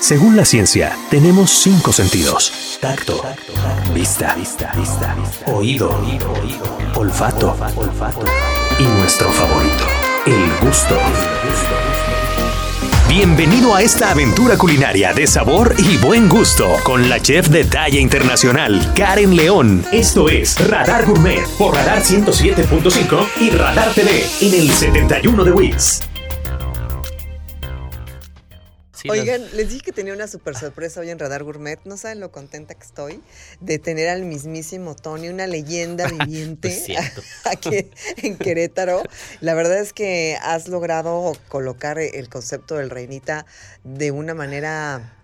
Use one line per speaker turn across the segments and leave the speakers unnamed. Según la ciencia, tenemos cinco sentidos: tacto, vista, oído, olfato y nuestro favorito, el gusto. Bienvenido a esta aventura culinaria de sabor y buen gusto con la chef de talla internacional, Karen León. Esto es Radar Gourmet por Radar 107.5 y Radar TV en el 71 de Wix.
Sí, Oigan, las... les dije que tenía una super sorpresa hoy en Radar Gourmet. No saben lo contenta que estoy de tener al mismísimo Tony, una leyenda
Pues
viviente aquí en Querétaro. La verdad es que has logrado colocar el concepto del reinita de una manera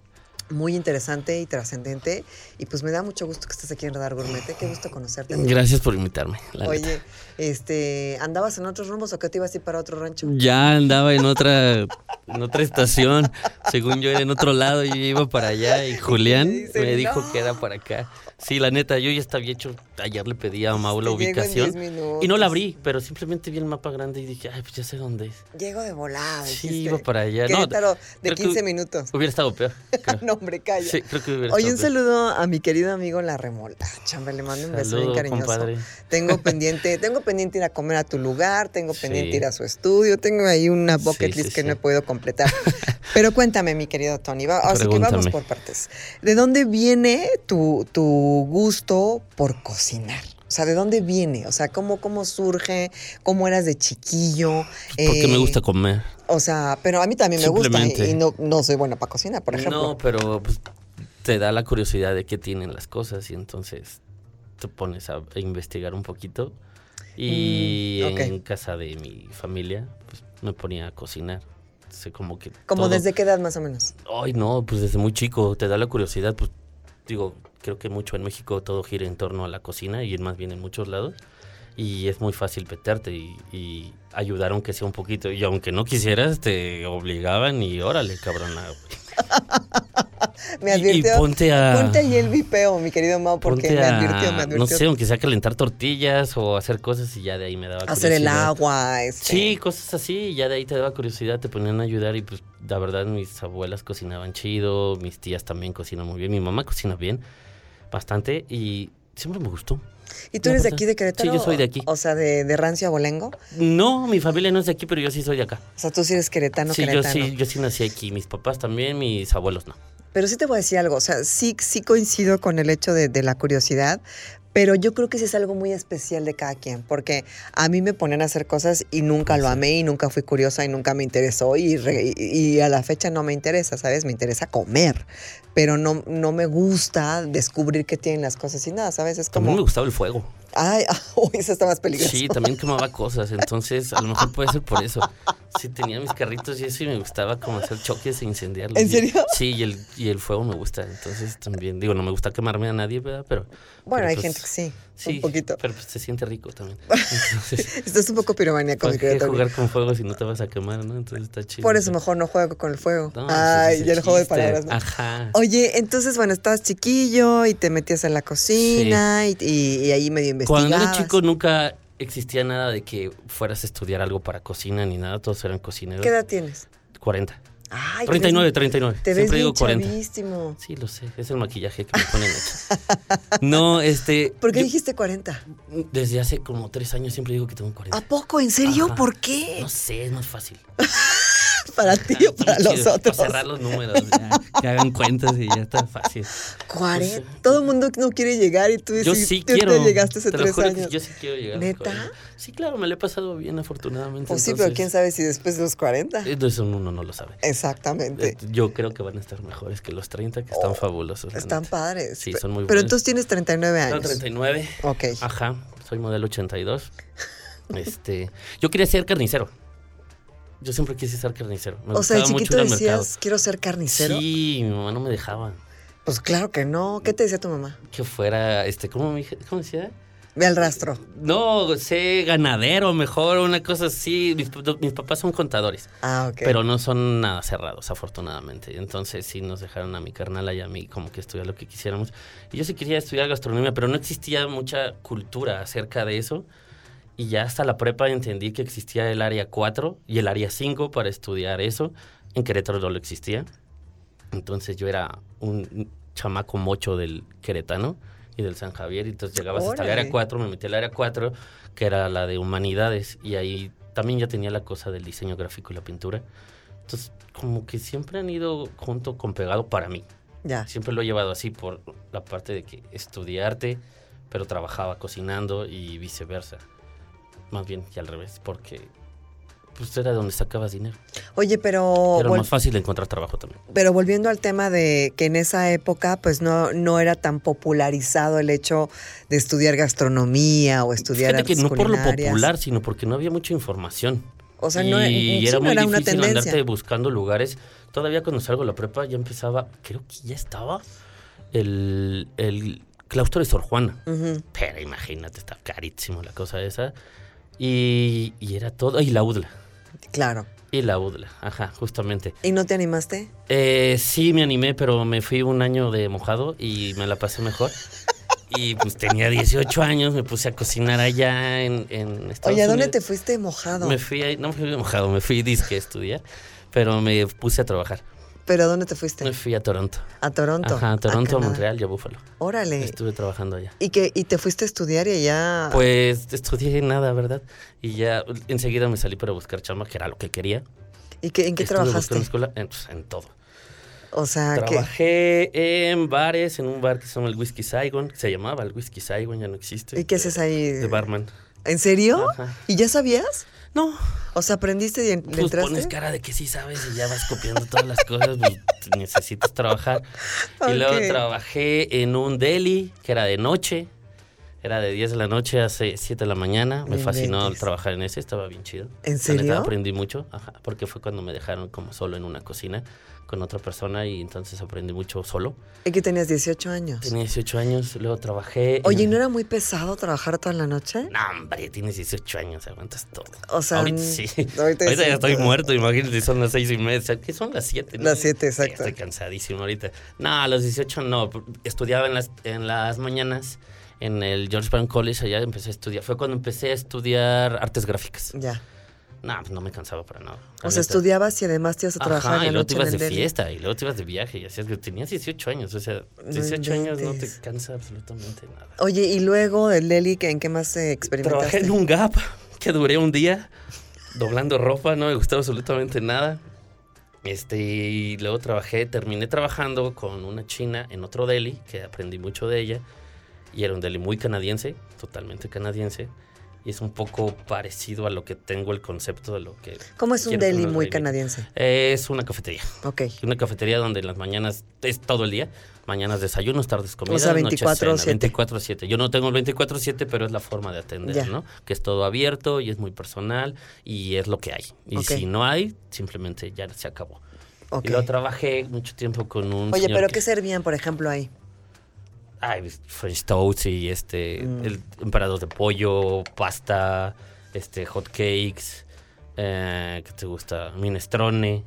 muy interesante y trascendente. Y pues me da mucho gusto que estés aquí en Radar Gourmet. Qué gusto conocerte.
Gracias por invitarme.
Oye, neta. este, ¿andabas en otros rumbos o qué te ibas a ir para otro rancho?
Ya andaba en otra, en otra estación. Según yo era en otro lado, yo iba para allá y Julián y dice, me dijo no. que era para acá. Sí, la neta, yo ya estaba hecho. Ayer le pedí a Mau la ubicación. Y no la abrí, pero simplemente vi el mapa grande y dije, ay, pues ya sé dónde es.
Llego de volada.
Sí, iba para allá.
Querétaro, no, de 15 minutos.
Hubiera estado peor.
Creo. no, hombre, calla. Sí, creo que hubiera Oye, estado un peor. saludo a mi querido amigo La Remolta. Chamba, le mando un beso bien cariñoso. Compadre. Tengo pendiente, tengo pendiente ir a comer a tu lugar, tengo sí. pendiente ir a su estudio, tengo ahí una bucket sí, list que no he podido completar. pero cuéntame, mi querido Tony, va, así que vamos por partes. ¿De dónde viene tu, tu gusto por cocinar? O sea, ¿de dónde viene? O sea, ¿cómo, cómo surge? ¿Cómo eras de chiquillo?
Porque eh, me gusta comer.
O sea, pero a mí también me gusta y, y no, no, soy buena para cocinar, por ejemplo.
No, pero pues, te da la curiosidad de qué tienen las cosas y entonces te pones a, a investigar un poquito. Y mm, okay. en casa de mi familia pues, me ponía a cocinar como que...
¿Como todo... desde qué edad más o menos?
Ay, no, pues desde muy chico. Te da la curiosidad, pues digo, creo que mucho en México todo gira en torno a la cocina y más bien en muchos lados. Y es muy fácil petarte y, y ayudar aunque sea un poquito. Y aunque no quisieras, te obligaban y órale, cabrón.
me advirtió. Y, y ponte a. Ponte ahí el vipeo, mi querido Mao, porque me advirtió, me advirtió.
No sé, aunque sea calentar tortillas o hacer cosas y ya de ahí me daba
hacer curiosidad. Hacer el agua. Este.
Sí, cosas así y ya de ahí te daba curiosidad, te ponían a ayudar y pues la verdad mis abuelas cocinaban chido, mis tías también cocinan muy bien, mi mamá cocina bien, bastante y siempre me gustó.
¿Y tú eres de aquí, de Querétaro?
Sí, yo soy de aquí.
O sea, de, de Rancio Abolengo.
No, mi familia no es de aquí, pero yo sí soy de acá.
O sea, tú sí eres queretano,
sí,
queretano.
Yo sí, yo sí nací aquí. Mis papás también, mis abuelos no.
Pero sí te voy a decir algo. O sea, sí, sí coincido con el hecho de, de la curiosidad, pero yo creo que sí es algo muy especial de cada quien, porque a mí me ponen a hacer cosas y nunca lo amé y nunca fui curiosa y nunca me interesó y, re, y a la fecha no me interesa, ¿sabes? Me interesa comer, pero no, no me gusta descubrir qué tienen las cosas y nada, ¿sabes? Es como...
También me gustaba el fuego.
Ay, oh, eso está más peligroso.
Sí, también quemaba cosas, entonces a lo mejor puede ser por eso. Sí, tenía mis carritos y eso y me gustaba como hacer choques e incendiarlos.
¿En serio?
Sí, y el, y el fuego me gusta, entonces también, digo, no me gusta quemarme a nadie, ¿verdad? Pero...
Bueno,
pero
hay pues, gente que sí, sí, un poquito.
Pero pues, se siente rico también.
Entonces, Estás un poco piromaníaco, mi querido.
jugar con fuego si no te vas a quemar, ¿no? Entonces está chido.
Por eso mejor no juego con el fuego. No, Ay, ya el, el juego de palabras. ¿no?
Ajá.
Oye, entonces, bueno, estabas chiquillo y te metías en la cocina sí. y, y, y ahí medio investigabas.
Cuando era chico nunca existía nada de que fueras a estudiar algo para cocina ni nada, todos eran cocineros.
¿Qué edad tienes? pues,
40. Ay, 39, 39.
Te Siempre ves digo 40. Chavísimo.
Sí, lo sé. Es el maquillaje que me ponen aquí. No, este.
¿Por qué yo, dijiste 40?
Desde hace como tres años siempre digo que tengo 40.
¿A poco? ¿En serio? Ajá. ¿Por qué?
No sé, es más fácil.
para ti o eh. para chido, los otros.
Para cerrar los números, ya, que hagan cuentas y ya está fácil.
40. Todo el mundo no quiere llegar y tú
Pues, yo
sí,
sí quiero. Te
llegaste hace
te
tres años.
yo sí quiero llegar.
¿Neta?
Sí, claro, me lo he pasado bien, afortunadamente.
Pues sí, entonces, pero quién sabe si después de los 40.
Entonces uno no lo sabe.
Exactamente.
Yo creo que van a estar mejores que los 30, que están oh, fabulosos.
Están padres.
Sí, son muy buenos.
Pero entonces tienes 39 años.
No, 39.
Ok.
Ajá, soy modelo 82. Este, yo quería ser carnicero. Yo siempre quise ser carnicero. Me
o sea,
de
chiquito
mucho
decías, mercado. quiero ser carnicero.
Sí, mi mamá no me dejaba.
Pues claro que no. ¿Qué te decía tu mamá?
Que fuera, este, ¿cómo, me, cómo decía?
Ve al rastro.
No, sé ganadero mejor, una cosa así. Mis, mis, papás son contadores.
Ah, ok.
Pero no son nada cerrados, afortunadamente. Entonces sí nos dejaron a mi carnal y a mí como que estudiar lo que quisiéramos. Y yo sí quería estudiar gastronomía, pero no existía mucha cultura acerca de eso y ya hasta la prepa entendí que existía el área 4 y el área 5 para estudiar eso. En Querétaro no lo existía. Entonces yo era un chamaco mocho del queretano y del San Javier. Y entonces llegabas Órale. hasta el área 4, me metí al área 4, que era la de humanidades. Y ahí también ya tenía la cosa del diseño gráfico y la pintura. Entonces, como que siempre han ido junto con pegado para mí. Ya. Siempre lo he llevado así por la parte de que estudié arte, pero trabajaba cocinando y viceversa. Más bien, y al revés, porque pues era donde sacabas dinero.
Oye, pero...
Era más fácil encontrar trabajo también.
Pero volviendo al tema de que en esa época pues no, no era tan popularizado el hecho de estudiar gastronomía o estudiar... Fíjate
que no por lo popular, sino porque no había mucha información.
O sea, no,
y
era,
sí, muy
era
difícil una tendencia. andarte buscando lugares. Todavía cuando salgo de la prepa ya empezaba, creo que ya estaba el, el claustro de Sor Juana. Uh -huh. Pero imagínate, está carísimo la cosa esa. Y, y era todo, y la UDLA.
Claro.
Y la UDLA, ajá, justamente.
¿Y no te animaste?
Eh, sí, me animé, pero me fui un año de mojado y me la pasé mejor. y pues tenía 18 años, me puse a cocinar allá en, en
Estados Oye, ¿a dónde Unidos? te fuiste mojado?
Me fui, no me fui mojado, me fui disque a estudiar, pero me puse a trabajar.
¿Pero dónde te fuiste?
Me fui a Toronto.
¿A Toronto? Ah,
Ajá, a Toronto, a Montreal y a Búfalo.
Órale.
Estuve trabajando allá.
¿Y, que, ¿Y te fuiste a estudiar y allá...?
Pues estudié nada, ¿verdad? Y ya enseguida me salí para buscar chamba, que era lo que quería.
¿Y que, en qué Estuve trabajaste? Ah,
En escuela, en, pues, en todo.
O sea,
trabajé que... en bares, en un bar que se llama el Whiskey Saigon, se llamaba el Whiskey Saigon, ya no existe.
¿Y qué haces ahí?
De barman.
¿En serio? Ajá. ¿Y ya sabías?
No.
O sea, aprendiste y en pues entraste?
pones cara de que sí sabes y ya vas copiando todas las cosas y necesitas trabajar. okay. Y luego trabajé en un deli que era de noche. Era de 10 de la noche a 6, 7 de la mañana. Me fascinó el trabajar en ese, estaba bien chido.
¿En serio? Neta,
aprendí mucho, ajá, porque fue cuando me dejaron como solo en una cocina con otra persona y entonces aprendí mucho solo.
¿Y que tenías 18 años?
Tenía 18 años, luego trabajé.
Oye, en... ¿no era muy pesado trabajar toda la noche?
No, hombre, tienes 18 años, aguantas todo. O sea,
mm,
ahorita sí. Ahorita, ahorita ya estoy todo. muerto, imagínate, son las 6 y media. ¿Qué son las 7?
¿no? Las 7, exacto.
estoy cansadísimo ahorita. No, a los 18 no, estudiaba en las, en las mañanas en el Georgetown College, allá empecé a estudiar. Fue cuando empecé a estudiar artes gráficas.
Ya.
No, nah, pues no me cansaba para nada.
O sea, estudiabas y además te ibas a trabajar.
Ajá,
en la
y luego
noche
te ibas de
deli.
fiesta y luego te ibas de viaje y hacías que tenías 18 años. O sea, 18 no años no te cansa absolutamente nada.
Oye, y luego el Leli, ¿en qué más experimentaste?
Trabajé en un gap que duré un día doblando ropa, no me gustaba absolutamente nada. Este, y luego trabajé, terminé trabajando con una china en otro deli, que aprendí mucho de ella y era un deli muy canadiense, totalmente canadiense. Y es un poco parecido a lo que tengo el concepto de lo que.
¿Cómo es un deli muy canadiense?
Eh, Es una cafetería.
Ok.
Una cafetería donde en las mañanas es todo el día. Mañanas desayunos, tardes comidas,
o sea, 24
24-7. Yo no tengo el 24-7, pero es la forma de atender, ya. ¿no? Que es todo abierto y es muy personal y es lo que hay. Y okay. si no hay, simplemente ya se acabó. Okay. Y lo trabajé mucho tiempo con un.
Oye,
señor
¿pero
que...
qué servían, por ejemplo, ahí?
Ay, pues, French toast y este, mm. el, emperados de pollo, pasta, este, hot cakes, eh, ¿qué te gusta? Minestrone,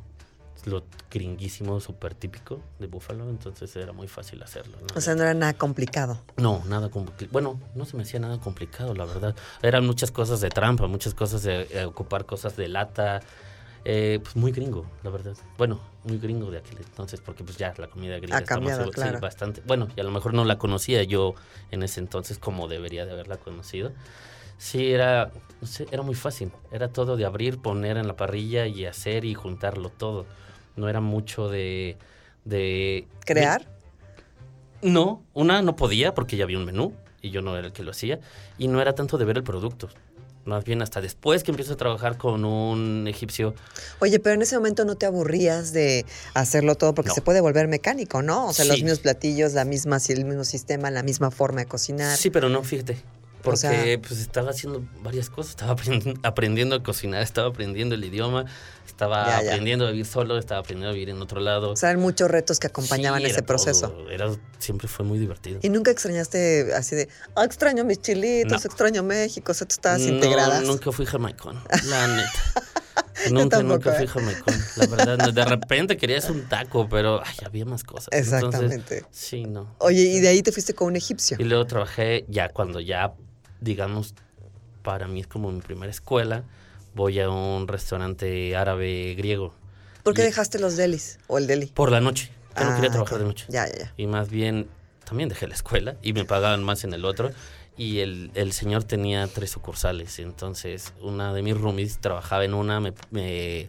lo gringuísimo, súper típico de Búfalo, entonces era muy fácil hacerlo. ¿no?
O sea, no era nada complicado.
No, nada complicado. Bueno, no se me hacía nada complicado, la verdad. Eran muchas cosas de trampa, muchas cosas de, de ocupar cosas de lata, eh, pues muy gringo, la verdad. Bueno, muy gringo de aquel entonces, porque pues ya la comida gringa
ha cambiado, estamos, claro.
sí, bastante. Bueno, y a lo mejor no la conocía yo en ese entonces como debería de haberla conocido. Sí, era, no sé, era muy fácil. Era todo de abrir, poner en la parrilla y hacer y juntarlo todo. No era mucho de... de
¿Crear?
De, no, una no podía porque ya había un menú y yo no era el que lo hacía. Y no era tanto de ver el producto más bien hasta después que empiezo a trabajar con un egipcio.
Oye, pero en ese momento no te aburrías de hacerlo todo porque no. se puede volver mecánico, ¿no? O sea, sí. los mismos platillos, la misma, el mismo sistema, la misma forma de cocinar.
Sí, pero no, fíjate. Porque o sea, pues estaba haciendo varias cosas, estaba aprendi aprendiendo a cocinar, estaba aprendiendo el idioma, estaba ya, ya. aprendiendo a vivir solo, estaba aprendiendo a vivir en otro lado.
O sea, eran muchos retos que acompañaban sí, ese
todo,
proceso.
Era, siempre fue muy divertido.
¿Y nunca extrañaste así de, ah, oh, extraño mis chilitos, no. extraño México, o sea, tú estabas no, integrada?
nunca fui jamaicón, la neta. Nunca, tampoco, nunca fui ¿eh? jamaicón. La verdad, de repente querías un taco, pero ay, había más cosas.
Exactamente.
Entonces, sí, no.
Oye, y de ahí te fuiste con un egipcio.
Y luego trabajé ya cuando ya, digamos, para mí es como mi primera escuela voy a un restaurante árabe griego.
¿Por qué y, dejaste los delis o el deli?
Por la noche. Yo no
Ah,
quería trabajar
ya.
de noche.
Ya, ya, ya.
Y más bien, también dejé la escuela y me pagaban más en el otro. Y el, el señor tenía tres sucursales. Entonces, una de mis roomies trabajaba en una, me, me,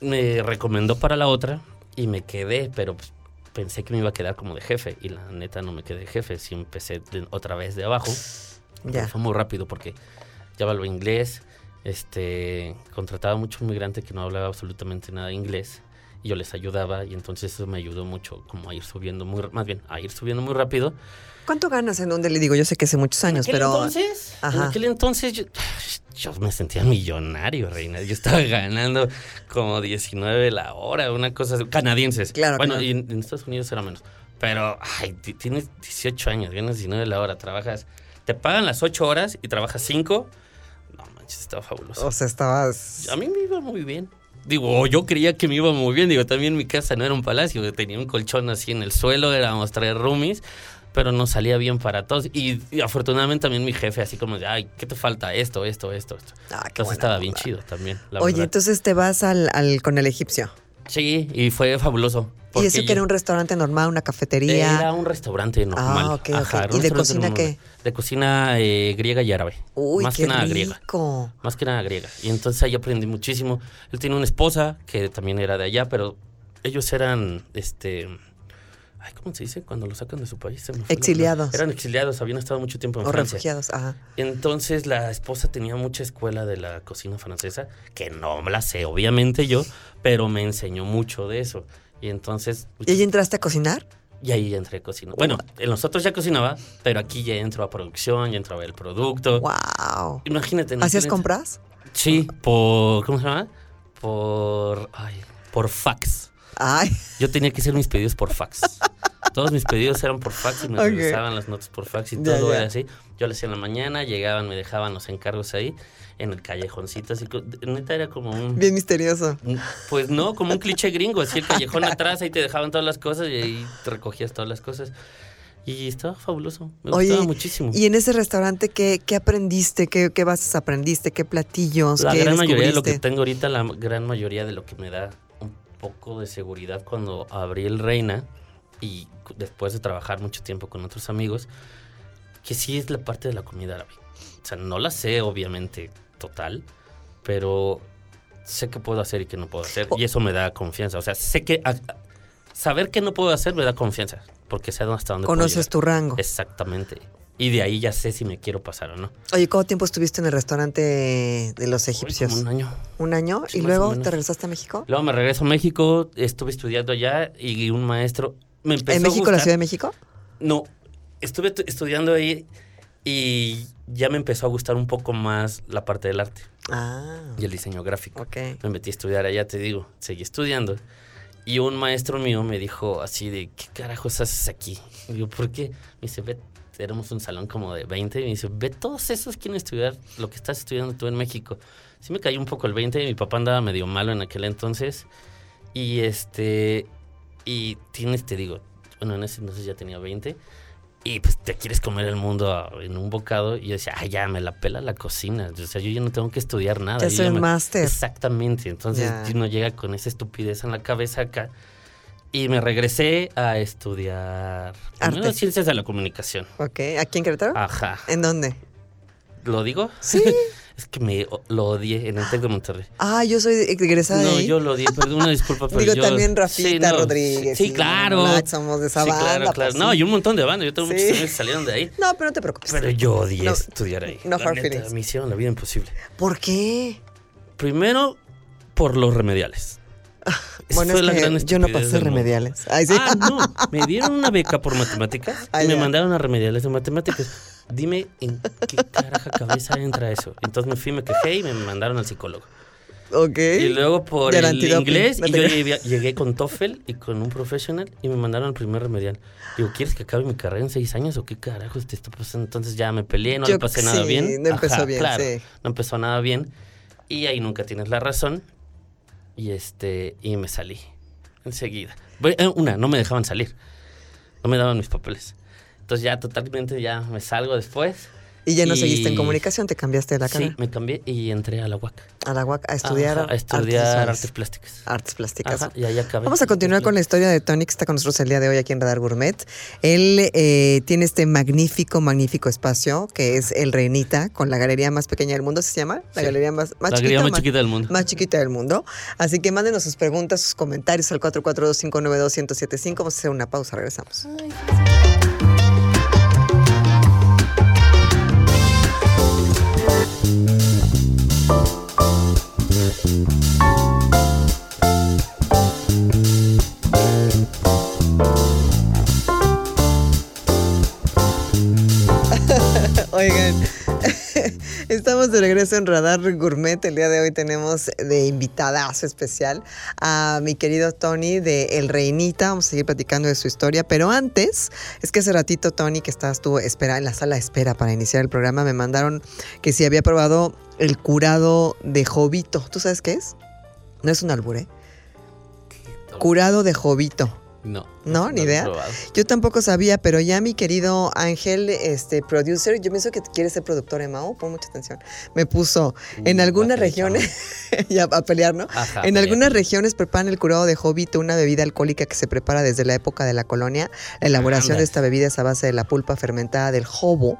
me recomendó para la otra y me quedé, pero pues, pensé que me iba a quedar como de jefe. Y la neta no me quedé de jefe, sí empecé de- otra vez de abajo. Pero
Ya.
Fue muy rápido porque ya hablaba inglés, este, contrataba mucho inmigrante que no hablaba absolutamente nada de inglés y yo les ayudaba y entonces eso me ayudó mucho como a ir subiendo muy, r- más bien, a ir subiendo muy rápido.
¿Cuánto ganas en donde le digo? Yo sé que hace muchos años,
aquel
pero.
entonces, en
Ajá.
aquel entonces yo, yo me sentía millonario, reina. Yo estaba ganando como 19 la hora, una cosa así, canadienses.
Claro,
Bueno,
claro.
y en, en Estados Unidos era menos. Pero, ay, ti- tienes 18 años, ganas 19 la hora, trabajas, te pagan las 8 horas y trabajas 5. No manches, estaba fabuloso.
O sea, estabas.
A mí me iba muy bien. Digo, o yo creía que me iba muy bien. Digo, también mi casa no era un palacio. Tenía un colchón así en el suelo, éramos tres roomies, pero no salía bien para todos. Y, y afortunadamente también mi jefe, así como, de, ay, ¿qué te falta? Esto, esto, esto, esto.
Ah, qué
Entonces
buena
estaba bien
onda.
chido también, la
Oye,
verdad.
entonces te vas al, al- con el egipcio.
Sí, y fue fabuloso.
Y
porque
eso que era un restaurante normal, una cafetería.
era un restaurante normal.
Ah, ok, ok.
Ajá, era
¿Y
un
de
restaurante
cocina
normal.
qué?
De cocina eh, griega y árabe.
Uy,
Más
qué
que nada griega.
rico.
más que nada griega. Y entonces ahí aprendí muchísimo. Él tiene una esposa que también era de allá, pero ellos eran, este, ay, ¿cómo se dice? Cuando lo sacan de su país. se me fue la-
Exiliados.
Eran exiliados, habían estado mucho tiempo en
O
Francia.
refugiados, ajá.
Entonces la esposa tenía mucha escuela de la cocina francesa, que no la sé, obviamente yo, pero me enseñó mucho de eso. Y entonces...
¿Y ahí entraste a cocinar?
Y ahí ya entré a cocinar. Bueno, en nosotros ya cocinaba, pero aquí ya entro a producción, ya entraba el producto.
¡Wow!
Imagínate. no
¿Hacías
tienes-
compras?
Sí, por. ¿Cómo se llama? Por. Ay, por fax.
Ay,
Yo tenía que hacer mis pedidos por fax. Todos mis pedidos eran por fax y me
Ok.
regresaban las notas por fax y
Ya,
todo
ya.
era así. Yo lo hacía en la mañana, llegaban, me dejaban los encargos ahí, en el callejoncito. Así que, neta, era como un.
bien misterioso.
un- Pues no, como un cliché gringo, así el callejón atrás, ahí te dejaban todas las cosas y ahí te recogías todas las cosas. Y estaba fabuloso, me gustaba muchísimo.
¿y en ese restaurante qué, qué aprendiste? ¿Qué, ¿Qué bases aprendiste? ¿Qué platillos?
La
¿Qué
gran mayoría de lo que
descubriste?
tengo ahorita, la gran mayoría de lo que me da un poco de seguridad cuando abrí el Reina y cu- después de trabajar mucho tiempo con otros amigos, que sí es la parte de la comida árabe. O sea, no la sé obviamente total, pero sé qué puedo hacer y qué no puedo hacer y eso me da confianza. O sea, sé que a- a- saber qué no puedo hacer me da confianza porque sé hasta dónde puedo
Conoces
llegar.
tu rango.
Exactamente. Y de ahí ya sé si me quiero pasar o no.
Oye, ¿cuánto tiempo estuviste en el restaurante de los
Uy,
egipcios?
como un
un,
año.
año?
Sí,
¿Y
más o
luego
menos.
te regresaste a México?
Luego me regreso a México, estuve estudiando allá y un maestro me empezó
¿En México,
a
la
gustar.
Ciudad de México?
No, estuve tu- estudiando ahí y ya me empezó a gustar un poco más la parte del arte
Ah,
y el diseño gráfico.
ok.
Me metí a estudiar allá, te digo, seguí estudiando. Y un maestro mío me dijo así de, ¿qué carajos haces aquí? Y yo, ¿por qué? Me dice, ve, éramos un salón como de 20. Y me dice, ve, todos esos quieren estudiar lo que estás estudiando tú en México. Sí me cayó un poco el 20, mi papá andaba medio malo en aquel entonces. Y este, y tienes, te digo, bueno, en ese entonces ya tenía 20. Y pues te quieres comer el mundo a- en un bocado. Y yo decía, ah, ya, me la pela la cocina. O sea, yo ya no tengo que estudiar nada.
Ya
yo
soy
ya
un
me-
máster.
Exactamente. Entonces
Ya.
uno llega con esa estupidez en la cabeza acá. Y me regresé a estudiar primero
Arte.
ciencias de la comunicación.
Ok, ¿aquí en Querétaro?
Ajá.
¿En dónde?
¿Lo digo?
Sí.
es que me o- lo odié en el Tec de Monterrey.
Ah, yo soy egresada de
No,
ahí.
yo lo odié, perdón, una disculpa. Pero
Digo
yo-
también
Sí,
Rafita
no,
Rodríguez.
Sí,
y
claro.
Black, somos de esa
sí,
banda.
claro, claro.
pues,
No,
sí.
y un montón de bandas. Yo tengo muchos
Sí.
amigos que salieron de ahí.
No, pero no te preocupes.
Pero yo odié
No,
estudiar ahí.
no
La
hard
neta,
feelings.
me hicieron la vida imposible.
¿Por qué?
Primero, por los remediales. Esa
Ah, Bueno,
fue
es
la gran
que yo no
estupidez
pasé
del mundo.
remediales. Ay, sí.
Ah, no. Me dieron una beca por matemáticas
Ah,
y me
ya.
mandaron a remediales de matemáticas. Dime en qué caraja cabeza entra eso. Entonces me fui, me quejé y me mandaron al psicólogo.
ok.
Y luego por
Del
el
antidoping,
inglés,
no
y
te
yo
creas.
llegué, llegué con TOEFL y con un profesional y me mandaron al primer remedial. Digo, ¿quieres que acabe mi carrera en seis años o qué carajos te está pasando? Entonces ya me peleé, no
Yo-
le pasé nada
sí,
bien.
no empezó
Ajá,
bien,
claro,
sí.
No empezó nada bien. Y ahí nunca tienes la razón. Y este, y me salí enseguida. Bueno, eh, Una, no me dejaban salir. No me daban mis papeles. Entonces ya totalmente ya me salgo después
Y ya no y... seguiste en comunicación, te cambiaste de la carrera.
Sí, me cambié y entré a la UAC.
A la UAC a estudiar,
Ajá, a estudiar artes, artes, plásticas.
Artes plásticas.
Ajá, y ahí acabé.
este Vamos a continuar con la historia de Tony, que está con nosotros el día de hoy aquí en Radar Gourmet. Él eh, tiene este magnífico, magnífico espacio que es el Reinita, con la galería más pequeña del mundo, ¿se llama? La sí. galería más, más
la
chiquita.
Galería más chiquita del mundo.
Más chiquita del mundo. Así que mándenos sus preguntas, sus comentarios al 442-592-1075. Vamos a hacer una pausa, regresamos. Ay. Oigan, estamos de regreso en Radar Gourmet. El día de hoy tenemos de invitadazo especial a mi querido Tony de El Reinita. Vamos a seguir platicando de su historia. Pero antes, es que hace ratito, Tony, que estabas tú espera, en la sala de espera para iniciar el programa, me mandaron que si había probado el curado de Jovito. ¿Tú sabes qué es? No es un albure. ¿eh? Curado de Jovito.
No.
No, no, ni idea. Yo tampoco sabía, pero ya mi querido Ángel, este producer, yo pienso que quiere ser productor en Mao, pon mucha atención. Me puso uh, en algunas regiones ya a pelear, ¿no?
Ah,
Ajá, en algunas bien. regiones preparan el curado de jovito, una bebida alcohólica que se prepara desde la época de la colonia. La elaboración Anda. de esta bebida es a base de la pulpa fermentada del jobo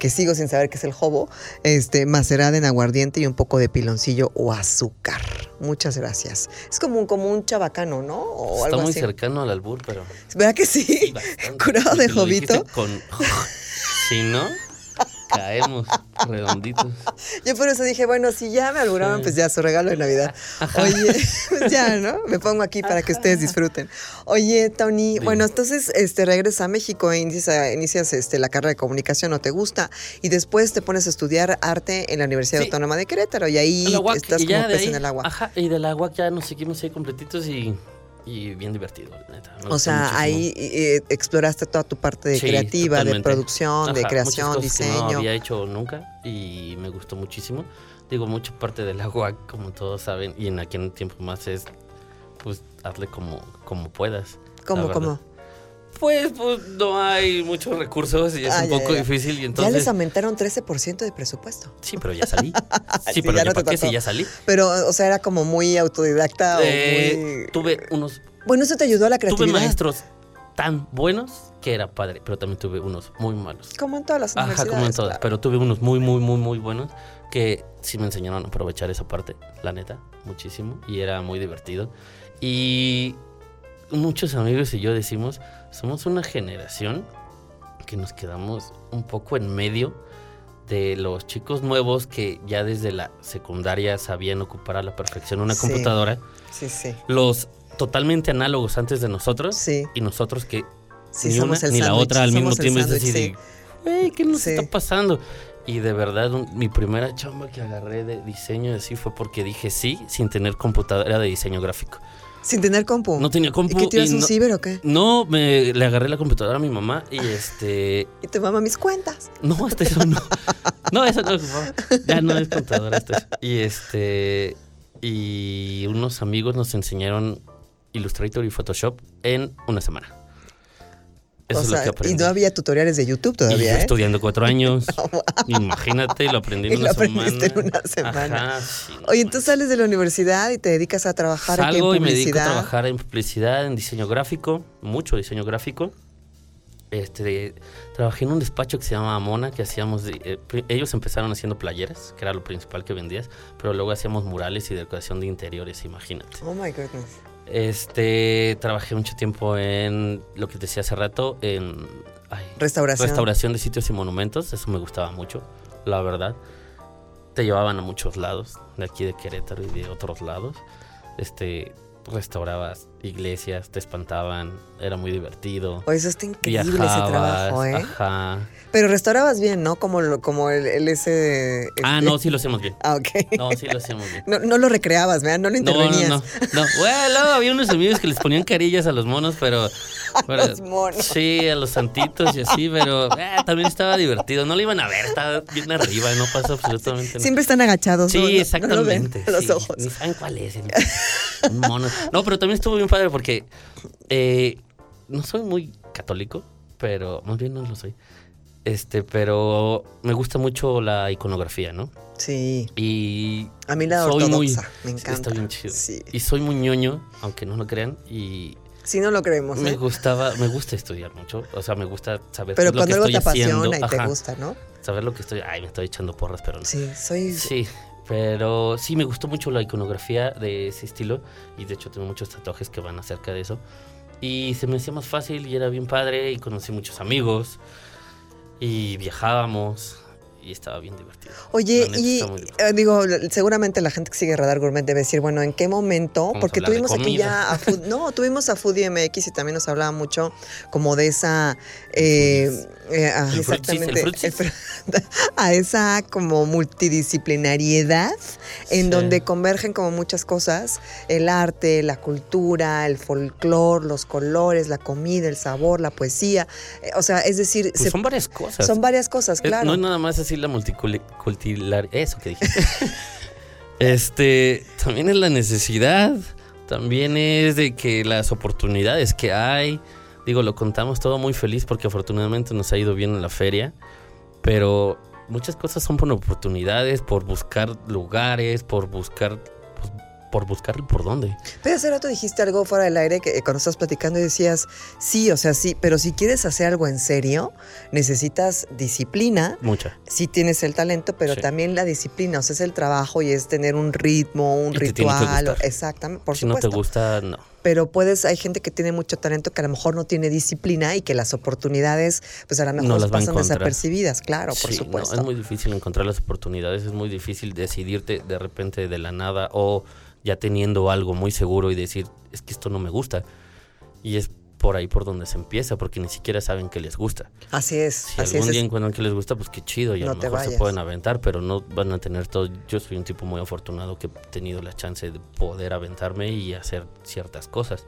que sigo sin saber qué es el jobo, este, macerada en aguardiente y un poco de piloncillo o azúcar. Muchas gracias. Es como un, como un chabacano, ¿no? O
Está
algo
muy
así.
cercano al albur, pero.
¿Verdad que sí? Bastante. Curado de jovito.
Con... si no, caemos redonditos.
Yo por eso dije, bueno, si ya me alburaron, sí. pues ya su regalo de Navidad. Ajá. Oye, pues ya, ¿no? Me pongo aquí para que ustedes disfruten. Oye, Tony, Dime. bueno, entonces este, regresas a México e inicias, inicias, este, la carrera de comunicación, ¿no te gusta? Y después te pones a estudiar arte en la Universidad sí. Autónoma de Querétaro y ahí UAC, estás y como pez en el agua.
Ajá, y de la UAC ya nos seguimos ahí completitos y y bien divertido, neta.
Me o sea, ahí eh, exploraste toda tu parte de sí, creativa, totalmente. de producción, Ajá, de creación, diseño.
Que no había hecho nunca y me gustó muchísimo. Digo, mucha parte del agua, como todos saben, y en aquel tiempo más es, pues, hazle como, como puedas.
¿Cómo, cómo?
Pues, pues no hay muchos recursos y es ah, un ya, poco ya. difícil. Y entonces...
Ya les aumentaron 13% de presupuesto.
Sí, pero ya salí. Sí, sí pero ya, ya no para qué, si ya salí.
Pero, o sea, era como muy autodidacta
eh, o muy... Tuve unos...
Bueno, eso te ayudó a la creatividad.
Tuve maestros tan buenos que era padre, pero también tuve unos muy malos.
Como en todas las Ajá, universidades.
Ajá, como en todas. Claro. Pero tuve unos muy, muy, muy, muy buenos que sí me enseñaron a aprovechar esa parte, la neta, muchísimo. Y era muy divertido. Y muchos amigos y yo decimos, somos una generación que nos quedamos un poco en medio de los chicos nuevos que ya desde la secundaria sabían ocupar a la perfección una sí, computadora.
Sí, sí.
Los totalmente análogos antes de nosotros sí. y nosotros que
sí,
ni
somos
una
el
ni
sandwich,
la otra al mismo
somos
tiempo sandwich, es decir, hey, ¿qué nos está pasando? Y de verdad, un, mi primera chamba que agarré de diseño así fue porque dije sí sin tener computadora de diseño gráfico.
Sin tener compu.
No tenía compu.
Oh, ¿Y qué tiras
y
un
no,
ciber o qué?
No, me, le agarré la computadora a mi mamá y este.
¿Y tu mamá mis cuentas?
No, hasta eso no. No, eso no. Ya no es computadora, hasta eso. Y este. Y unos amigos nos enseñaron Illustrator y Photoshop en una semana.
Eso o es sea, lo que aprendí. Y no había tutoriales de YouTube todavía.
Y
yo ¿eh?
estudiando cuatro años. no, imagínate, lo aprendí en
y
una
lo aprendiste
semana.
En una semana. Ajá, sí, Oye, no entonces sales de la universidad y te dedicas a trabajar
Salgo
aquí en
publicidad. y me
dedico
a trabajar en publicidad, en diseño gráfico, mucho diseño gráfico. Este, trabajé en un despacho que se llamaba Mona, que hacíamos. De, eh, ellos empezaron haciendo playeras, que era lo principal que vendías, pero luego hacíamos murales y decoración de interiores, imagínate.
Oh my goodness.
Este, trabajé mucho tiempo en lo que te decía hace rato, en ay,
restauración.
restauración de sitios y monumentos. Eso me gustaba mucho, la verdad. Te llevaban a muchos lados, de aquí de Querétaro y de otros lados. Este, restaurabas iglesias, te espantaban, era muy divertido.
Oh, eso está increíble Viajabas, ese trabajo, ¿eh?
Ajá.
Pero restaurabas bien, ¿no? Como, lo, como el, el ese... El,
ah, no, sí lo hacemos bien.
Ah, ok.
No, sí lo hacemos bien.
No, no lo recreabas, ¿verdad? No lo intervenías.
No, no, no. no. Bueno, había unos amigos que les ponían carillas a los monos, pero...
A
pero,
los monos.
Sí, a los santitos y así, pero eh, también estaba divertido. No lo iban a ver, estaba bien arriba, no pasó absolutamente nada.
Siempre están agachados.
Sí,
no,
exactamente.
No lo ven, sí. los ojos.
Ni saben cuál es. El, un mono. No, pero también estuvo bien padre porque eh, no soy muy católico, pero más bien no lo soy. Este, pero me gusta mucho la iconografía, ¿no?
Sí.
Y
a mí la soy ortodoxa, muy, me encanta. Está bien
chido. Sí. Y soy muy ñoño, aunque no lo crean, y
si no lo creemos.
Me ¿eh? gustaba, me gusta estudiar mucho, o sea, me gusta saber
pero lo cuando que algo estoy te apasiona haciendo. y te Ajá. gusta, ¿no?
Saber lo que estoy, ay, me estoy echando porras, pero no.
Sí, soy
Sí, pero sí me gustó mucho la iconografía de ese estilo y de hecho tengo muchos tatuajes que van acerca de eso. Y se me hacía más fácil y era bien padre y conocí muchos amigos y viajábamos y estaba bien divertido.
Oye, y eh, digo, seguramente la gente que sigue Radar Gourmet debe decir, bueno, ¿en qué momento? Vamos Porque tuvimos aquí ya a Food, no, tuvimos a Food MX y también nos hablaba mucho como de esa eh, eh, ah,
el
exactamente
frutis, el frutis.
El, a esa como multidisciplinariedad en sí. donde convergen como muchas cosas, el arte, la cultura, el folclore, los colores, la comida, el sabor, la poesía, eh, o sea, es decir,
pues se, son varias cosas. Eh,
Son varias cosas, claro.
no es nada más así la multicultural. Eso que dije. este. También es la necesidad. También es de que las oportunidades que hay. Digo, lo contamos todo muy feliz porque afortunadamente nos ha ido bien en la feria. Pero muchas cosas son por oportunidades, por buscar lugares, por buscar por buscar por dónde.
Pero hace rato dijiste algo fuera del aire que eh, cuando estás platicando y decías, sí, o sea, sí, pero si quieres hacer algo en serio, necesitas disciplina.
Mucha.
Sí tienes el talento, pero sí. también la disciplina, o sea, es el trabajo y es tener un ritmo, un y ritual. O, exactamente, por
si
supuesto.
no te gusta, no.
Pero puedes, hay gente que tiene mucho talento que a lo mejor no tiene disciplina y que las oportunidades, pues a lo mejor no las pasan desapercibidas, claro, por
sí,
supuesto.
No, es muy difícil encontrar las oportunidades, es muy difícil decidirte de repente de la nada o ya teniendo algo muy seguro y decir, es que esto no me gusta. Y es por ahí por donde se empieza, porque ni siquiera saben que les gusta.
Así es.
Si
así
algún
es,
día encuentran que les gusta, pues qué chido, y no a lo mejor vayas. se pueden aventar, pero no van a tener todo. Yo soy un tipo muy afortunado que he tenido la chance de poder aventarme y hacer ciertas cosas.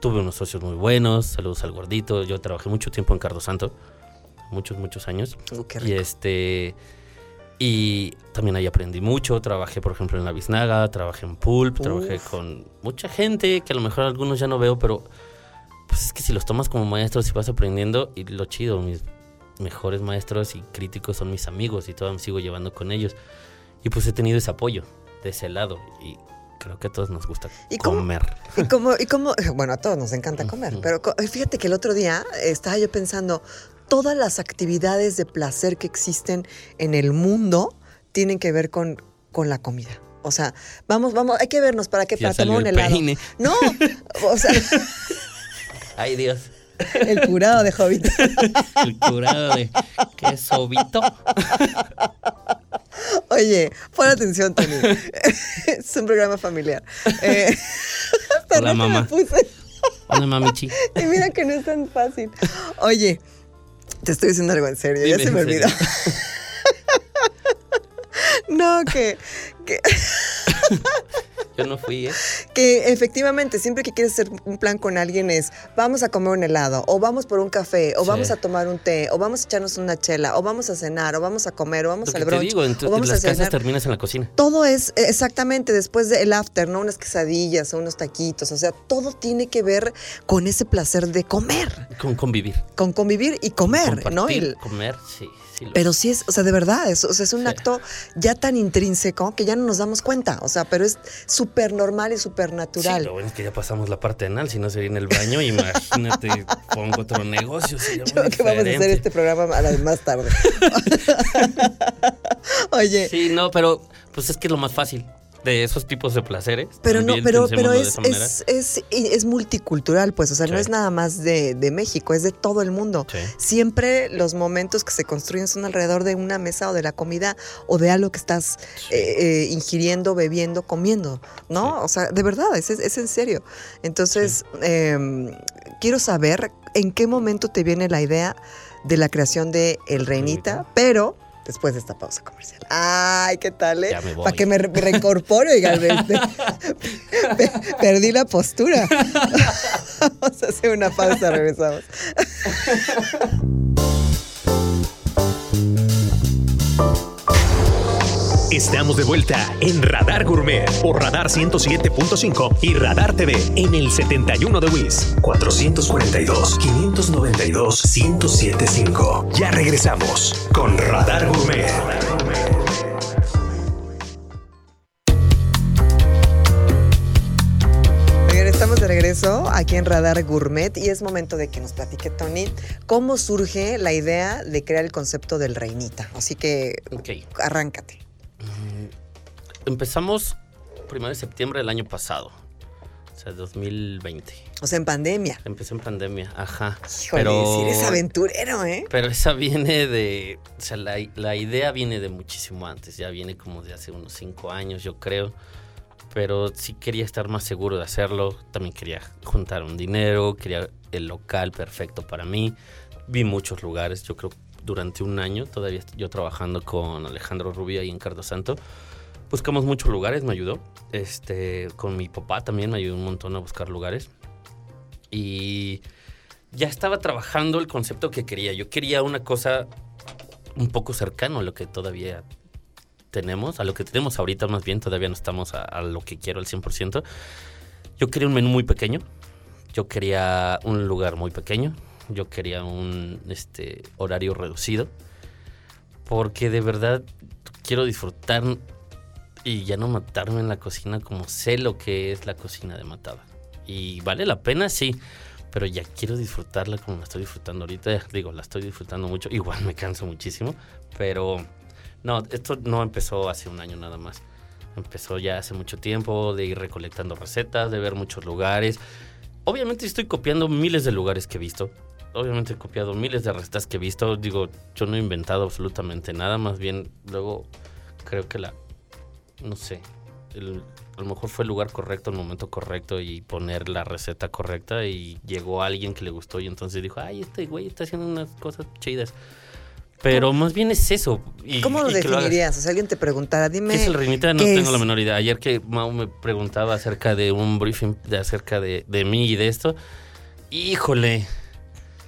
Tuve unos socios muy buenos, saludos al gordito, yo trabajé mucho tiempo en Cardo Santo, muchos, muchos años.
Uh, qué rico.
Y este... Y también ahí aprendí mucho. Trabajé, por ejemplo, en la Biznaga, trabajé en Pulp, Uf. trabajé con mucha gente que a lo mejor algunos ya no veo, pero pues es que si los tomas como maestros y vas aprendiendo, y lo chido, mis mejores maestros y críticos son mis amigos y todavía me sigo llevando con ellos. Y pues he tenido ese apoyo de ese lado. Y creo que a todos nos gusta ¿Y comer.
Cómo, y como, y como, bueno, a todos nos encanta comer, pero eh, fíjate que el otro día eh, estaba yo pensando, todas las actividades de placer que existen en el mundo tienen que ver con, con la comida. O sea, vamos, vamos, hay que vernos para que
ya
para
salió
tomar
el
helado.
Peine.
No, o sea.
Ay, Dios.
El curado de Jovito.
El curado de quesovito.
Oye, pon atención, Tony. Es un programa familiar. Eh,
Hola, mamá. Hola, mamichi.
Y mira que no es tan fácil. Oye, te estoy diciendo algo en serio, Dime ya se me olvidó. no, que, que
Yo no fui, ¿eh?
Que efectivamente, siempre que quieres hacer un plan con alguien es, vamos a comer un helado, o vamos por un café, o sí. vamos a tomar un té, o vamos a echarnos una chela, o vamos a cenar, o vamos a comer, o vamos
Lo
al brunch,
te digo, en tu,
o vamos
en las
a cenar.
Casas terminas en la cocina.
Todo es exactamente después del after, ¿no? Unas quesadillas, o unos taquitos, o sea, todo tiene que ver con ese placer de comer.
Con convivir.
Con convivir y comer,
con
¿no? Y,
comer, sí. sí lo...
Pero sí es, o sea, de verdad, es, o sea, es un sí. acto ya tan intrínseco que ya no nos damos cuenta, o sea, pero es súper normal y súper natural.
Sí, lo bueno es que ya pasamos la parte anal, si no sería en el baño, imagínate, pongo otro negocio. Sería
Yo creo que vamos a hacer este programa a las más tarde. Oye.
Sí, no, pero pues es que es lo más fácil de esos tipos de placeres.
Pero no, pero, pero es, es, es, es, multicultural, pues, o sea, sí. no es nada más de, de, México, es de todo el mundo. Sí. Siempre los momentos que se construyen son alrededor de una mesa o de la comida o de algo que estás sí. eh, eh, ingiriendo, bebiendo, comiendo, ¿no? O sea, de verdad, es, es en serio. Entonces, eh, quiero saber en qué momento te viene la idea de la creación de El Reinita, Reinita. pero después de esta pausa comercial. Ay, ¿qué tal? Eh? Para que me reincorpore, oigan. perdí la postura. Vamos a hacer una pausa, regresamos.
Estamos de vuelta en Radar Gourmet por Radar 107.5 y Radar TV en el 71 de WIS. 442-592-1075. Ya regresamos con Radar Gourmet.
Estamos de regreso aquí en Radar Gourmet y es momento de que nos platique Tony cómo surge la idea de crear el concepto del reinita. Así que okay. arráncate.
Empezamos primero de septiembre del año pasado, o sea, 2020.
O sea, en pandemia.
Empecé en pandemia, ajá.
Híjole, pero si eres aventurero, ¿eh?
Pero esa viene de, o sea, la, la idea viene de muchísimo antes, ya viene como de hace unos cinco años, yo creo pero sí quería estar más seguro de hacerlo. También quería juntar un dinero, quería el local perfecto para mí. Vi muchos lugares, yo creo durante un año, todavía yo trabajando con Alejandro Rubia y en Cardo Santo. Buscamos muchos lugares, me ayudó. Este, con mi papá también me ayudó un montón a buscar lugares. Y ya estaba trabajando el concepto que quería. Yo quería una cosa un poco cercano a lo que todavía tenemos, a lo que tenemos ahorita más bien, todavía no estamos a, a, lo que quiero al 100%. Yo quería un menú muy pequeño, yo quería un lugar muy pequeño, yo quería un este, horario reducido, porque de verdad quiero disfrutar y ya no matarme en la cocina como sé lo que es la cocina de matada. Y vale la pena, sí. Pero ya quiero disfrutarla como la estoy disfrutando ahorita. Digo, la estoy disfrutando mucho. Igual me canso muchísimo. Pero no, esto no empezó hace un año nada más. Empezó ya hace mucho tiempo de ir recolectando recetas, de ver muchos lugares. Obviamente estoy copiando miles de lugares que he visto. Obviamente he copiado miles de recetas que he visto. Digo, yo no he inventado absolutamente nada. Más bien, luego creo que la... No sé. El, a lo mejor fue el lugar correcto, el momento correcto y poner la receta correcta. Y llegó alguien que le gustó y entonces dijo, ay, este güey está haciendo unas cosas chidas. Pero ¿Cómo? más bien es eso.
Y, ¿Cómo lo y definirías? Lo si alguien te preguntara, dime.
¿Qué es el reinita? No tengo es? la menor idea. Ayer que Mau me preguntaba acerca de un briefing de acerca de, de mí y de esto. Híjole.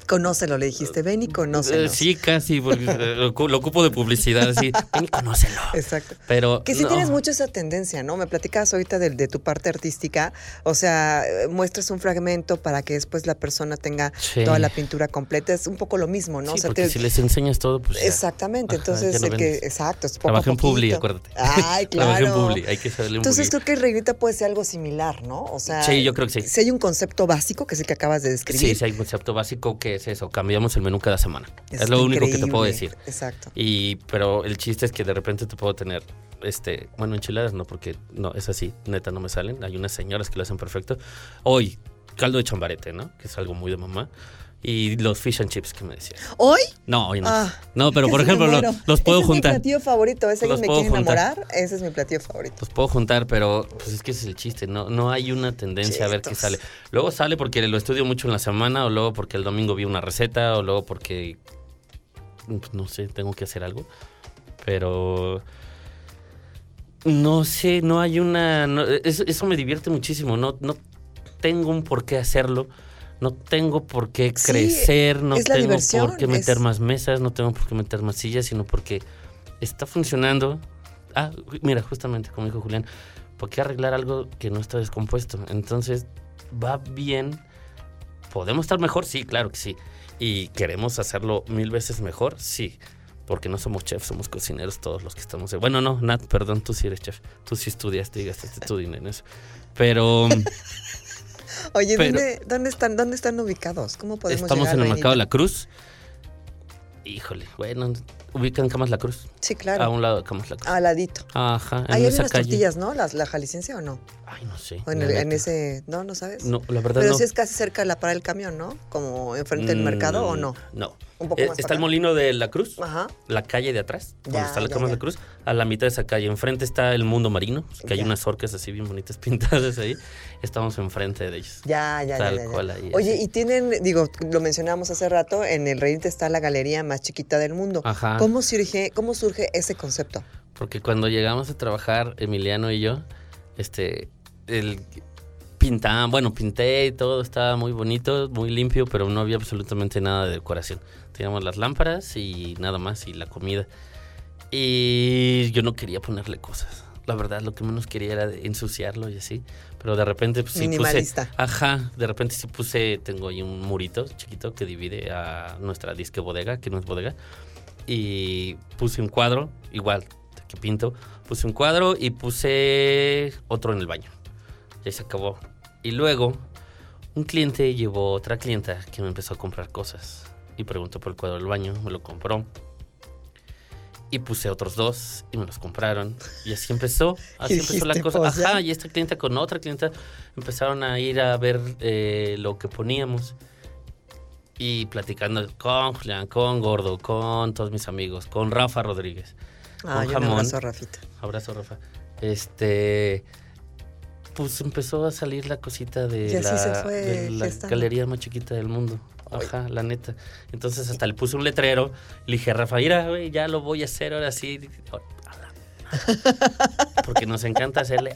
Conócelo, le dijiste, ven y conócelo.
Eh, Sí, casi, porque eh, lo ocupo de publicidad, así, ven y conócelo.
Exacto.
Pero,
que sí no. tienes mucho esa tendencia, ¿no? Me platicabas ahorita de, de, tu parte artística, o sea, eh, muestras un fragmento para que después la persona tenga sí. toda la pintura completa, es un poco lo mismo, ¿no?
Sí,
o sea,
porque te... si les enseñas todo, pues ya.
Exactamente, Ajá, entonces, el que, exacto, es
poco Trabajé en Publi, acuérdate.
Ay, claro. Trabajé
en Publi, hay que saberle un
Entonces poquito. creo que el Reinita puede ser algo similar, ¿no? O sea,
sí, yo creo que sí.
Si hay un concepto básico, que es el que acabas de describir.
Sí, si hay un concepto básico que es eso, cambiamos el menú cada semana. Es, es lo único que te puedo decir.
Exacto.
Y pero el chiste es que de repente te puedo tener este, bueno, enchiladas no porque no es así, neta no me salen, hay unas señoras que lo hacen perfecto. Hoy caldo de chambarete, ¿no? Que es algo muy de mamá. Y los fish and chips que me decías.
¿Hoy?
No, hoy no. Ah, no, pero por ejemplo, lo, los puedo
¿Ese
juntar.
Es mi platillo favorito. ¿Ese que me quiere enamorar? Juntar. Ese es mi platillo favorito.
Los puedo juntar, pero pues es que ese es el chiste. No, no hay una tendencia Chistos. a ver qué sale. Luego sale porque lo estudio mucho en la semana, o luego porque el domingo vi una receta, o luego porque. Pues, no sé, tengo que hacer algo. Pero. No sé, no hay una. No, eso, eso, me divierte muchísimo. No, no tengo un por qué hacerlo no tengo por qué crecer, sí, no tengo por qué meter es... más mesas, no tengo por qué meter más sillas, sino porque está funcionando. Ah, mira, justamente como dijo Julián, ¿por qué arreglar algo que no está descompuesto? Entonces, va bien. ¿Podemos estar mejor? Sí, claro que sí. ¿Y queremos hacerlo mil veces mejor? Sí. Porque no somos chefs, somos cocineros todos los que estamos. Bueno, no, Nat, perdón, tú sí eres chef. Tú sí estudiaste y gastaste tu dinero en eso. Pero.
Oye, Pero, ¿dónde, ¿dónde, están, ¿dónde están ubicados? ¿Cómo podemos
Estamos
llegar
en el mercado de la Cruz. Híjole, bueno, ubican Camas la Cruz.
Sí, claro.
A un lado de Camas la Cruz.
Al ladito.
Ajá.
Ahí hay unas tortillas, ¿no? ¿La, la jalisciense o no?
Ay, no sé.
En, el, en, ese. No, no sabes.
No, la verdad.
Pero
no.
sí es casi cerca de la parada del camión, ¿no? Como enfrente del mercado mm, o no.
No. Un poco eh, más está el molino de la Cruz,
Ajá.
la calle de atrás, ya, donde está la Camas de la Cruz. A la mitad de esa calle, enfrente está el mundo marino, pues, que ya. hay unas orcas así bien bonitas pintadas ahí. Estamos enfrente de ellos.
Ya, ya, Tal ya, Cual ahí, Oye, así. y tienen, digo, lo mencionamos hace rato, en el Reynte está la galería más chiquita del mundo.
Ajá.
¿Cómo surge, cómo surge ese concepto?
Porque cuando llegamos a trabajar, Emiliano y yo, este, el pintaban, bueno, pinté y todo estaba muy bonito, muy limpio, pero no había absolutamente nada de decoración. Teníamos las lámparas y nada más y la comida. Y yo no quería ponerle cosas. La verdad, lo que menos quería era ensuciarlo y así. Pero de repente pues, sí
Minimalista.
puse. Ajá. De repente sí puse. Tengo ahí un murito chiquito que divide a nuestra disque bodega, que no es bodega. Y puse un cuadro, igual, que pinto. Puse un cuadro y puse otro en el baño. Ya se acabó. Y luego, un cliente llevó otra clienta que me empezó a comprar cosas. Y preguntó por el cuadro del baño, me lo compró. Y puse otros dos y me los compraron. Y así empezó. Así empezó la cosa. Pues, Ajá, y esta clienta con otra clienta empezaron a ir a ver eh, lo que poníamos. Y platicando con Julián, con Gordo, con todos mis amigos, con Rafa Rodríguez.
Ah, yo jamón. abrazo a Rafita.
Abrazo, Rafa. Este. Pues empezó a salir la cosita de la, se fue, de la galería más chiquita del mundo. Ajá, la neta. Entonces hasta le puse un letrero. Le dije, Rafa, mira, güey, ya lo voy a hacer ahora sí. Porque nos encanta hacerle.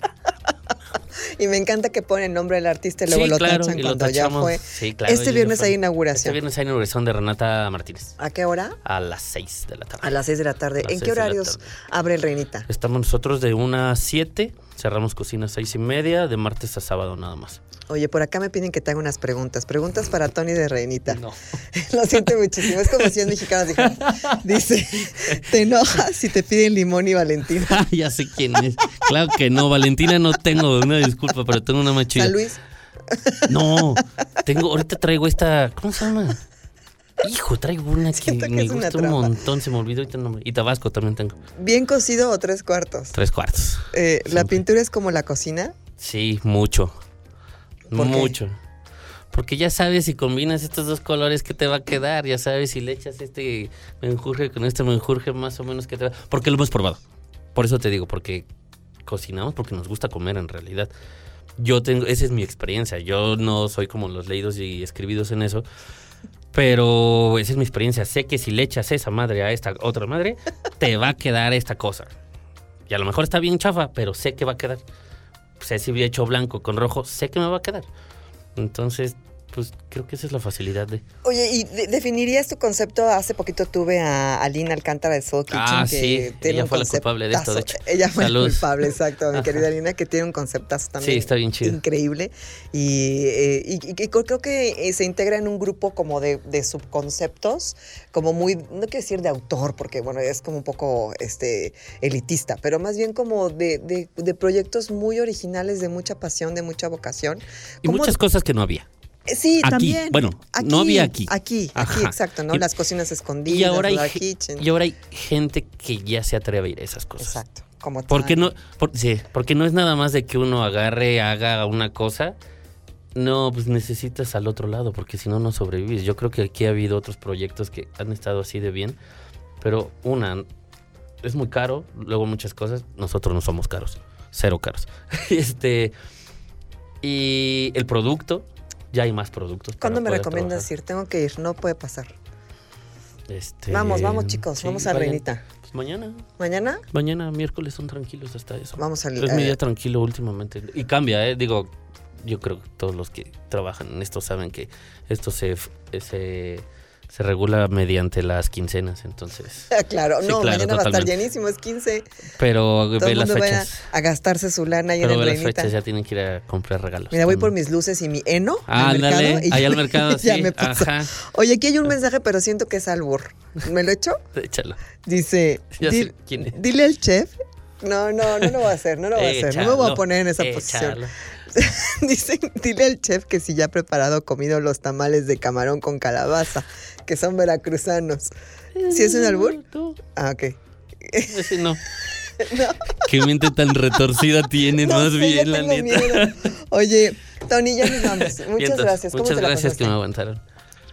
Y me encanta que pone el nombre del artista y luego sí, lo claro, tachan cuando lo ya fue.
Sí, claro,
este viernes hay inauguración.
Este viernes hay inauguración de Renata Martínez.
¿A qué hora?
A las 6 de la tarde.
A las 6 de la tarde. ¿En qué horarios abre el Reinita?
Estamos nosotros de 1 a 7. Cerramos cocina a 6 y media, de martes a sábado nada más.
Oye, por acá me piden que te haga unas preguntas. Preguntas para Tony de Reinita.
No.
Lo siento muchísimo. Es como si es mexicano. Dice, te enojas si te piden limón y Valentina.
Ah, ya sé quién es. Claro que no. Valentina no tengo. Una disculpa, pero tengo una más chida.
¿San Luis?
No. Tengo, ahorita traigo esta. ¿Cómo se llama? Hijo, traigo una que, que me gusta un montón, se me olvidó y, tengo, y Tabasco también tengo.
¿Bien cocido o tres cuartos?
Tres cuartos.
Eh, ¿La pintura es como la cocina?
Sí, mucho. ¿Por mucho. Qué? Porque ya sabes si combinas estos dos colores que te va a quedar, ya sabes si le echas este menjurje con este menjurje más o menos que te va. Porque lo hemos probado. Por eso te digo, porque cocinamos porque nos gusta comer en realidad. Yo tengo, esa es mi experiencia. Yo no soy como los leídos y escribidos en eso. Pero esa es mi experiencia. Sé que si le echas esa madre a esta otra madre, te va a quedar esta cosa. Y a lo mejor está bien chafa, pero sé que va a quedar. O sea, si hubiera hecho blanco con rojo, sé que me va a quedar. Entonces, pues creo que esa es la facilidad de.
Oye, ¿y de definirías tu concepto? Hace poquito tuve a Alina Alcántara de Soul Kitchen.
Ah,
que
sí. Tiene ella fue la culpable de esto, de hecho.
Ella fue la culpable, exacto, mi querida Alina, que tiene un conceptazo también.
Sí, está bien chido.
Increíble. Y, eh, y, y, y creo que eh, se integra en un grupo como de, de, subconceptos, como muy, no quiero decir de autor, porque bueno, es como un poco este, elitista, pero más bien como de, de proyectos muy originales, de mucha pasión, de mucha vocación.
Y muchas de... cosas que no había.
Eh, Sí,
aquí.
también.
Bueno,
aquí,
no había aquí.
Aquí, aquí, Ajá. exacto, ¿no? Las cocinas escondidas,
y ahora,
la
hay,
kitchen.
y ahora hay gente que ya se atreve a ir a esas cosas.
Exacto. Como
porque no, por, sí, porque no es nada más de que uno agarre, haga una cosa. No, pues necesitas al otro lado, porque si no, no sobrevives. Yo creo que aquí ha habido otros proyectos que han estado así de bien, pero una, es muy caro, luego muchas cosas. Nosotros no somos caros, cero caros. este, y el producto, ya hay más productos.
¿Cuándo me recomiendas trabajar? ir? Tengo que ir, no puede pasar.
Este,
vamos, vamos chicos, sí, vamos a vayan. Reinita.
Pues mañana.
¿Mañana?
Mañana, miércoles, son tranquilos hasta eso.
Vamos a
Es mi día tranquilo últimamente. Y cambia, ¿eh? Digo, yo creo que todos los que trabajan en esto saben que esto se, se se regula mediante las quincenas, entonces.
eh, claro, sí, no, claro, mañana totalmente. va a estar llenísimo, es 15.
Pero Todo ve el mundo las fechas.
Va a, a gastarse su lana y
Pero
en
ve
las
fechas, ya tienen que ir a comprar regalos.
Mira, voy por mis luces y mi eno. Ah, al
dale,
mercado, y
ahí al mercado, sí.
ya me paso. Ajá. Oye, aquí hay un mensaje, pero siento que es albur. ¿Me lo echo?
Échalo.
Dice,
ya sé quién es.
dile al chef. No, no, no lo voy a hacer, no lo voy a hacer. Échalo, no me voy a poner en esa échalo. posición. Dicen, dile al chef que si ya ha preparado comido los tamales de camarón con calabaza, que son veracruzanos. ¿Si ¿Sí es un albur? Ah, ok.
Ese no. ¿No? Qué mente tan retorcida tiene, no, más sí, bien, la neta. Miedo.
Oye, Tony, ya nos vamos. Muchas Vientos, gracias. ¿Cómo
muchas
te la
gracias pasaste? que me aguantaron.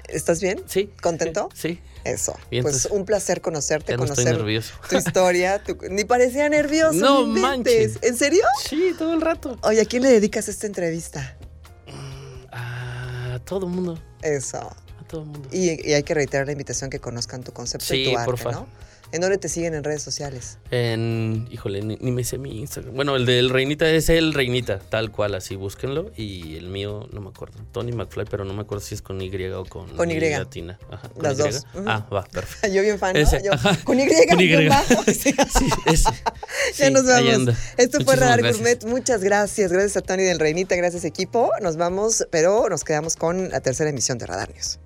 ¿Estás bien?
Sí.
¿Contento?
Sí.
Eso. Vientos. pues un placer conocerte,
ya no
conocer
estoy nervioso.
tu historia. Tu... Ni parecía nervioso. No ni manches. ¿En serio?
Sí, todo el rato.
Oye, ¿a quién le dedicas esta entrevista?
A todo el mundo.
Eso.
A todo el mundo.
Y, y, hay que reiterar la invitación que conozcan tu concepto
sí,
y tu arte,
porfa.
¿no? ¿En dónde te siguen en redes sociales?
En, híjole, ni, ni me sé mi Instagram. Bueno, el del Reinita es el Reinita, tal cual, así búsquenlo. Y el mío, no me acuerdo, Tony McFly, pero no me acuerdo si es con Y o con,
con Y.
Latina. Ajá, ¿con
Las
y?
dos.
Uh -huh. Ah, va, perfecto.
Yo bien fan, ¿no? Yo, con Y. Con Y. Bien bajo, sí, ese. ya sí, nos vamos. Esto fue Radar Gourmet. Muchas gracias. Gracias a Tony del Reinita, gracias equipo. Nos vamos, pero nos quedamos con la tercera emisión de Radar News.